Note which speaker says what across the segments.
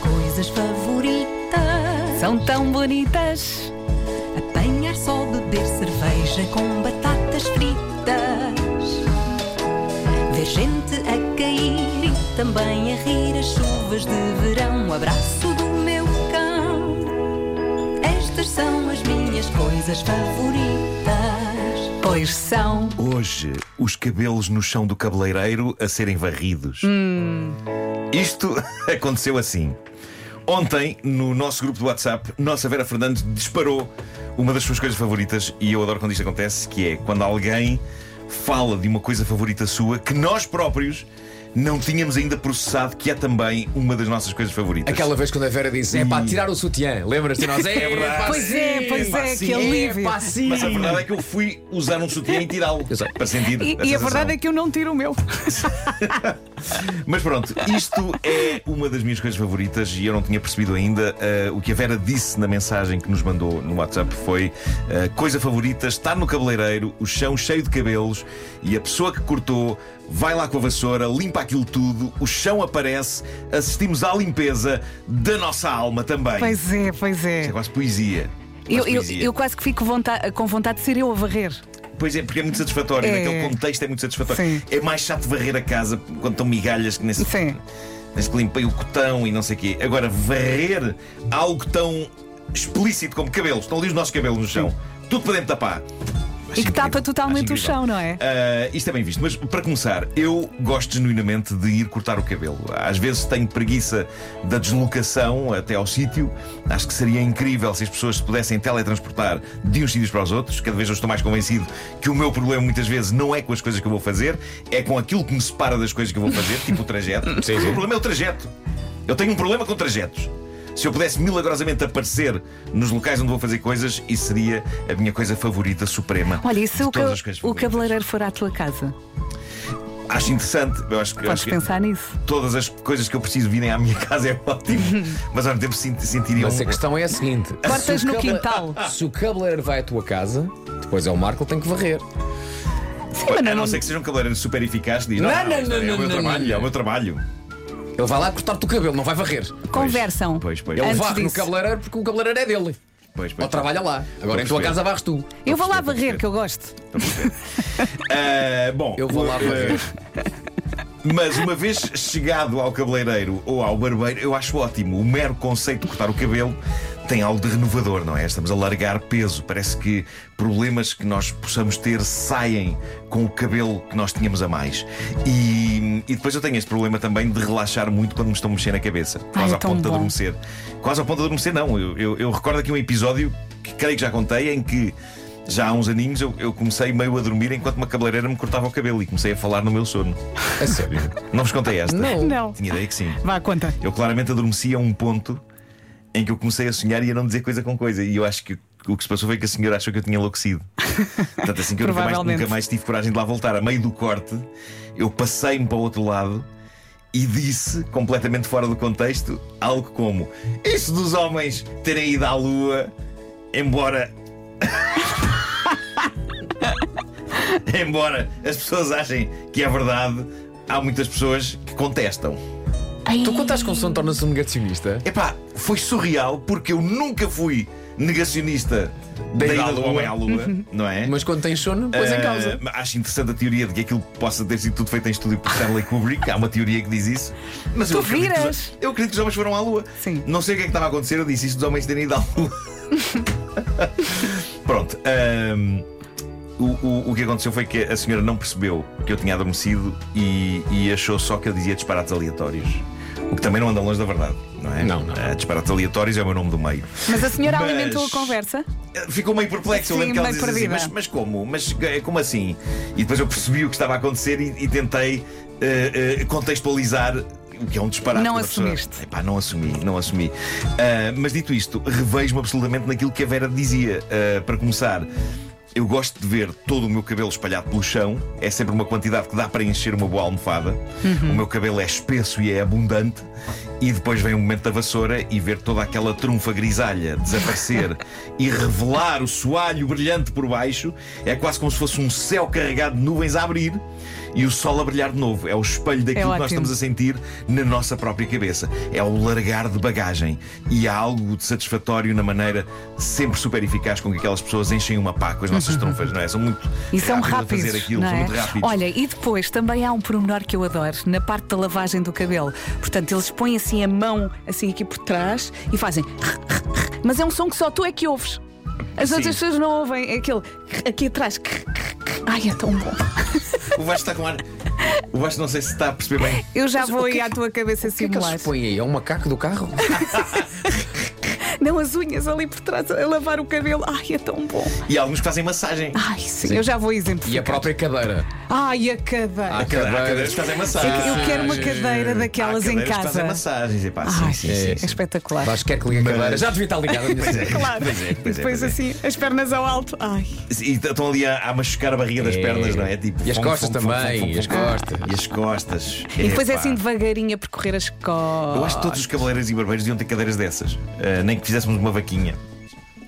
Speaker 1: coisas favoritas
Speaker 2: São tão bonitas.
Speaker 1: Apanhar só, beber cerveja com batatas fritas Ver gente a cair e também a rir as chuvas de verão O abraço do meu cão Estas são as minhas coisas favoritas
Speaker 2: Pois são.
Speaker 3: Hoje, os cabelos no chão do cabeleireiro a serem varridos.
Speaker 2: Hum.
Speaker 3: Isto aconteceu assim. Ontem, no nosso grupo do WhatsApp, nossa Vera Fernandes disparou uma das suas coisas favoritas, e eu adoro quando isto acontece, que é quando alguém fala de uma coisa favorita sua que nós próprios não tínhamos ainda processado que é também uma das nossas coisas favoritas.
Speaker 4: Aquela vez quando a Vera disse: é pá, tirar o sutiã. Lembras-te de nós?
Speaker 3: Hum. É verdade.
Speaker 4: pá,
Speaker 2: Pois é,
Speaker 3: sim,
Speaker 2: pois
Speaker 3: pá,
Speaker 2: é,
Speaker 3: sim.
Speaker 2: que
Speaker 3: É,
Speaker 2: alívio.
Speaker 4: pá, sim.
Speaker 3: Mas a verdade é que eu fui usar um sutiã e tirá-lo
Speaker 4: Eu sei.
Speaker 3: para sentir.
Speaker 2: E, e a
Speaker 3: sensação.
Speaker 2: verdade é que eu não tiro o meu.
Speaker 3: Mas pronto, isto é uma das minhas coisas favoritas e eu não tinha percebido ainda. eh, o que a Vera disse na mensagem que nos mandou no WhatsApp foi: eh, coisa favorita, estar no cabeleireiro, o chão cheio de cabelos e a pessoa que cortou vai lá com a vassoura, limpa aquilo tudo, o chão aparece, assistimos à limpeza da nossa alma também.
Speaker 2: Pois é, pois
Speaker 3: É
Speaker 2: é.
Speaker 3: quase poesia. Quase
Speaker 2: Eu, eu,
Speaker 3: poesia.
Speaker 2: eu quase que fico vonta- com vontade de ser eu a varrer.
Speaker 3: Pois é, porque é muito satisfatório.
Speaker 2: É.
Speaker 3: Naquele contexto é muito satisfatório.
Speaker 2: Sim.
Speaker 3: É mais chato varrer a casa quando estão migalhas que nem se.
Speaker 2: Sim.
Speaker 3: nem se limpei o cotão e não sei o quê. Agora, varrer algo tão explícito como cabelos. Estão ali os nossos cabelos no chão. Tudo para dentro da pá. Acho
Speaker 2: E que tapa
Speaker 3: incrível. Acho
Speaker 2: totalmente o
Speaker 3: incrível.
Speaker 2: chão, não é?
Speaker 3: Ah, isto é bem visto, mas para começar, eu gosto genuinamente de ir cortar o cabelo. Às vezes tenho preguiça da deslocação até ao sítio. Acho que seria incrível se as pessoas se pudessem teletransportar de uns sítios para os outros. Cada vez eu estou mais convencido que o meu problema muitas vezes não é com as coisas que eu vou fazer, é com aquilo que me separa das coisas que eu vou fazer, tipo o trajeto.
Speaker 4: Sim,
Speaker 3: O meu
Speaker 4: sim.
Speaker 3: problema é o trajeto. Eu tenho um problema com trajetos. Se eu pudesse milagrosamente aparecer nos locais onde vou fazer coisas, isso seria a minha coisa favorita, suprema.
Speaker 2: Olha, e se
Speaker 3: de
Speaker 2: o,
Speaker 3: todas
Speaker 2: ca-
Speaker 3: as coisas
Speaker 2: o
Speaker 3: favoritas.
Speaker 2: cabeleireiro for à tua casa?
Speaker 3: Acho interessante. Eu acho, que- eu
Speaker 2: Podes
Speaker 3: acho que
Speaker 2: pensar nisso.
Speaker 3: todas as coisas que eu preciso virem à minha casa é
Speaker 4: Uhum.
Speaker 3: ótimo. Mas ao mesmo tempo sinto- sentiria um.
Speaker 4: Mas a questão é a seguinte:
Speaker 2: Cortas
Speaker 4: se o
Speaker 2: no
Speaker 4: cabele-
Speaker 2: quintal.
Speaker 4: Se o cabeleireiro vai à tua casa, depois é o Marco, tem que varrer.
Speaker 2: Sim,
Speaker 3: A
Speaker 2: mas
Speaker 3: não,
Speaker 2: não,
Speaker 3: ser que seja um cabeleireiro super eficaz, diz:
Speaker 4: Não,
Speaker 3: Não,
Speaker 4: não,
Speaker 3: isto é
Speaker 4: não,
Speaker 3: o meu
Speaker 4: não,
Speaker 3: trabalho,
Speaker 4: não.
Speaker 3: é o meu trabalho.
Speaker 4: Ele vai lá cortar-te o cabelo, não vai varrer.
Speaker 2: conversam.
Speaker 3: Pois, pois,
Speaker 4: Ele
Speaker 2: Antes
Speaker 4: varre no
Speaker 2: disso.
Speaker 4: cabeleireiro porque o cabeleireiro é dele.
Speaker 3: Pois, pois.
Speaker 4: Ou trabalha lá. Agora em
Speaker 3: Estou a perceber.
Speaker 4: tua casa varres tu.
Speaker 2: Eu vou lá
Speaker 3: Estou a
Speaker 2: varrer,
Speaker 3: perceber.
Speaker 2: que eu gosto.
Speaker 3: Ah, bom,
Speaker 4: Então, é. Eu vou lá
Speaker 3: eh,
Speaker 4: varrer.
Speaker 3: Mas uma vez chegado ao cabeleireiro ou ao barbeiro, eu acho ótimo. O mero conceito de cortar o cabelo tem algo de renovador, não é? Estamos a largar peso. Parece que problemas que nós possamos ter saem com o cabelo que nós tínhamos a mais. E, e depois eu tenho este problema também de relaxar muito quando me estão a mexer na cabeça. Quase
Speaker 2: é
Speaker 3: à
Speaker 2: tão
Speaker 3: ponta de
Speaker 2: bom.
Speaker 3: adormecer. Quase à ponta de adormecer, não. Eu, eu- eu recordo aqui um episódio que creio que já contei em que. Já há uns aninhos eu, eu comecei meio a dormir enquanto uma cabeleireira me cortava o cabelo e comecei a falar no meu sono.
Speaker 4: A sério.
Speaker 3: Não vos contei esta?
Speaker 4: Não.
Speaker 2: Não.
Speaker 3: Tinha ideia que sim.
Speaker 2: Vá, conta.
Speaker 3: Eu claramente adormeci a um ponto em que eu comecei a sonhar e a não dizer coisa com coisa. E eu acho que o que se passou foi que a senhora achou que eu tinha enlouquecido. Tanto assim que eu nunca mais,
Speaker 2: Provavelmente.
Speaker 3: nunca mais tive coragem de lá voltar. A meio do corte, eu passei-me para o outro lado e disse, completamente fora do contexto, algo como: Isso dos homens terem ido à lua, embora. embora as pessoas achem que é verdade, há muitas pessoas que contestam.
Speaker 4: Tu quando estás com sono tornas-se um negacionista.
Speaker 3: Epá, foi surreal porque eu nunca fui negacionista da ida do homem à lua, não é?
Speaker 4: Mas quando tens sono, pões em
Speaker 3: Ah,
Speaker 4: causa.
Speaker 3: acho interessante a teoria de que aquilo possa ter sido tudo feito em estúdio por Stanley Kubrick. Há uma teoria que diz isso. Mas
Speaker 2: Tu
Speaker 3: eu acredito, que os-
Speaker 2: viras?
Speaker 3: eu acredito que os homens foram à lua.
Speaker 2: Sim.
Speaker 3: Não sei o que é que estava a acontecer, eu disse isto dos homens terem ido à lua. Pronto. ahm, o, o- o que aconteceu foi que a senhora não percebeu que eu tinha adormecido e, e achou só que eu dizia disparates aleatórios. O que também não anda longe da verdade, não é?
Speaker 4: Não, não.
Speaker 3: Ah, disparates aleatórios é o meu nome do meio.
Speaker 2: Mas a senhora
Speaker 3: Mas-
Speaker 2: alimentou a conversa?
Speaker 3: Ficou meio perplexo, eu
Speaker 2: Sim,
Speaker 3: lembro que ela
Speaker 2: meio é."
Speaker 3: dizia assim,
Speaker 2: perdida.
Speaker 3: mas, mas como? Mas eh, como assim? E depois eu percebi o que estava a acontecer e, e tentei eh, eh, contextualizar o que é um disparate.
Speaker 2: Não
Speaker 3: quando a pessoa-
Speaker 2: assumiste.
Speaker 3: Epá, não assumi, não assumi. Ah, mas dito isto, revejo-me absolutamente naquilo que a Vera dizia. Ah, para começar, eu gosto de ver todo o meu cabelo espalhado pelo chão. É sempre uma quantidade que dá para encher uma boa almofada. O meu cabelo é espesso e é abundante. E depois vem o momento da vassoura e ver toda aquela trunfa grisalha desaparecer e revelar o soalho brilhante por baixo. É quase como se fosse um céu carregado de nuvens a abrir e o sol a brilhar de novo. É o espelho daquilo que
Speaker 2: ótimo.
Speaker 3: nós estamos a sentir na nossa própria cabeça. É o largar de bagagem. E há algo de satisfatório na maneira sempre super eficaz com que aquelas pessoas enchem uma pá com as nossas trunfas, não é? São muito
Speaker 2: E são
Speaker 3: rápidas
Speaker 2: rápidos.
Speaker 3: a fazer aquilo,
Speaker 2: não
Speaker 3: são
Speaker 2: é?
Speaker 3: muito rápidos.
Speaker 2: Olha, e depois também há um pormenor que eu adoro, na parte da lavagem do cabelo. Portanto, eles põem assim a mão, assim aqui por trás, e fazem. Mas é um som que só tu é que ouves. As
Speaker 3: Sim.
Speaker 2: outras pessoas não ouvem. É aquele aqui atrás. Ai, é tão bom.
Speaker 3: O Vasco está com ar. O Vasco não sei se está a perceber bem.
Speaker 2: Eu já
Speaker 4: Mas
Speaker 2: vou
Speaker 4: o que
Speaker 2: ir
Speaker 4: é
Speaker 2: à
Speaker 4: que-
Speaker 2: tua cabeça
Speaker 4: O que é que
Speaker 2: simular.
Speaker 4: eles põem aí? É um macaco do carro?
Speaker 2: não, as unhas ali por trás, a lavar o cabelo. Ai, é tão bom.
Speaker 3: E há alguns que fazem massagem.
Speaker 2: Ai, sim, eu já vou exemplificar.
Speaker 4: E a própria cadeira.
Speaker 2: Ai, a cadeira.
Speaker 3: Há cadeiras- há cadeiras que fazem
Speaker 2: Eu-
Speaker 3: massagem.
Speaker 2: eu quero uma cadeira
Speaker 3: Há
Speaker 2: daquelas em
Speaker 3: cadeiras que fazem
Speaker 2: casa.
Speaker 3: massagens. Epá,
Speaker 2: Ai,
Speaker 3: Ah, sim, sim, sim,
Speaker 2: é
Speaker 3: sim.
Speaker 2: espetacular.
Speaker 4: Vasco quer que ligue a cadeira.
Speaker 3: Mas-
Speaker 4: Já devia estar ligada, minha
Speaker 3: Pois é.
Speaker 4: senhora.
Speaker 2: Claro.
Speaker 3: Pois é, pois é,
Speaker 2: e depois
Speaker 3: pois é.
Speaker 2: assim, as pernas ao alto. Ai.
Speaker 3: E estão ali a, a machucar a barriga das
Speaker 4: É.
Speaker 3: pernas, não é? Tipo,
Speaker 4: E as
Speaker 3: fom,
Speaker 4: costas
Speaker 3: fom, fom,
Speaker 4: também,
Speaker 3: fom, fom,
Speaker 4: e as
Speaker 3: fom.
Speaker 4: costas.
Speaker 3: E as costas.
Speaker 2: E depois é
Speaker 3: Epá.
Speaker 2: assim devagarinho a percorrer as costas.
Speaker 3: Eu acho que todos
Speaker 4: Ah,
Speaker 3: os cabeleireiros e barbeiros deviam ter cadeiras dessas. Ah, nem que fizéssemos uma vaquinha.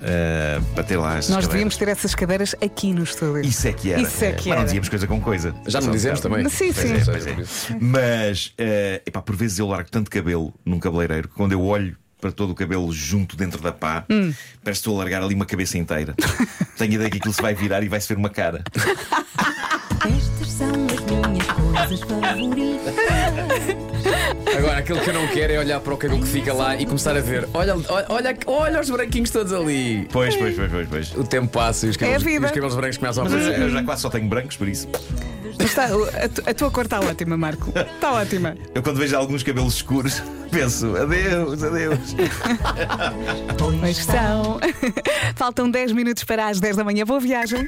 Speaker 3: Ah, para ter lá essas
Speaker 2: Nós
Speaker 3: cadeiras.
Speaker 2: devíamos ter essas cadeiras aqui no estúdio.
Speaker 3: Isso é que era.
Speaker 2: Isso é que
Speaker 3: Mas não
Speaker 2: era.
Speaker 3: dizíamos coisa com coisa.
Speaker 4: Já
Speaker 3: Só
Speaker 4: não
Speaker 3: um
Speaker 4: dizemos
Speaker 3: bocado.
Speaker 4: também?
Speaker 2: Sim, sim.
Speaker 4: Pois é,
Speaker 3: Pois é.
Speaker 4: pois é.
Speaker 3: Mas, eh, epá, por vezes eu largo tanto cabelo num cabeleireiro que quando eu olho para todo o cabelo junto dentro da pá,
Speaker 2: Hum.
Speaker 3: parece que estou a largar ali uma cabeça inteira. Tenho ideia que aquilo se vai virar e vai-se ver uma cara.
Speaker 1: Estas são as minhas coisas favoritas.
Speaker 4: Agora, aquilo que eu não quero é olhar para o cabelo que fica lá e começar a ver. Olha, olha, olha, olha os branquinhos todos ali.
Speaker 3: Pois, pois, pois, pois, pois.
Speaker 4: O tempo passa e os cabelos,
Speaker 2: É a vida.
Speaker 4: e os cabelos brancos começam a
Speaker 3: Mas é eu já,
Speaker 4: aparecer.
Speaker 2: é-
Speaker 3: eu já quase só tenho brancos, por isso.
Speaker 2: Mas está- a, tu- a tua cor está ótima, Marco. Está ótima.
Speaker 3: Eu quando vejo alguns cabelos escuros, penso, adeus, adeus.
Speaker 2: Pois são. Faltam 10 minutos para as 10 da manhã. Boa viagem.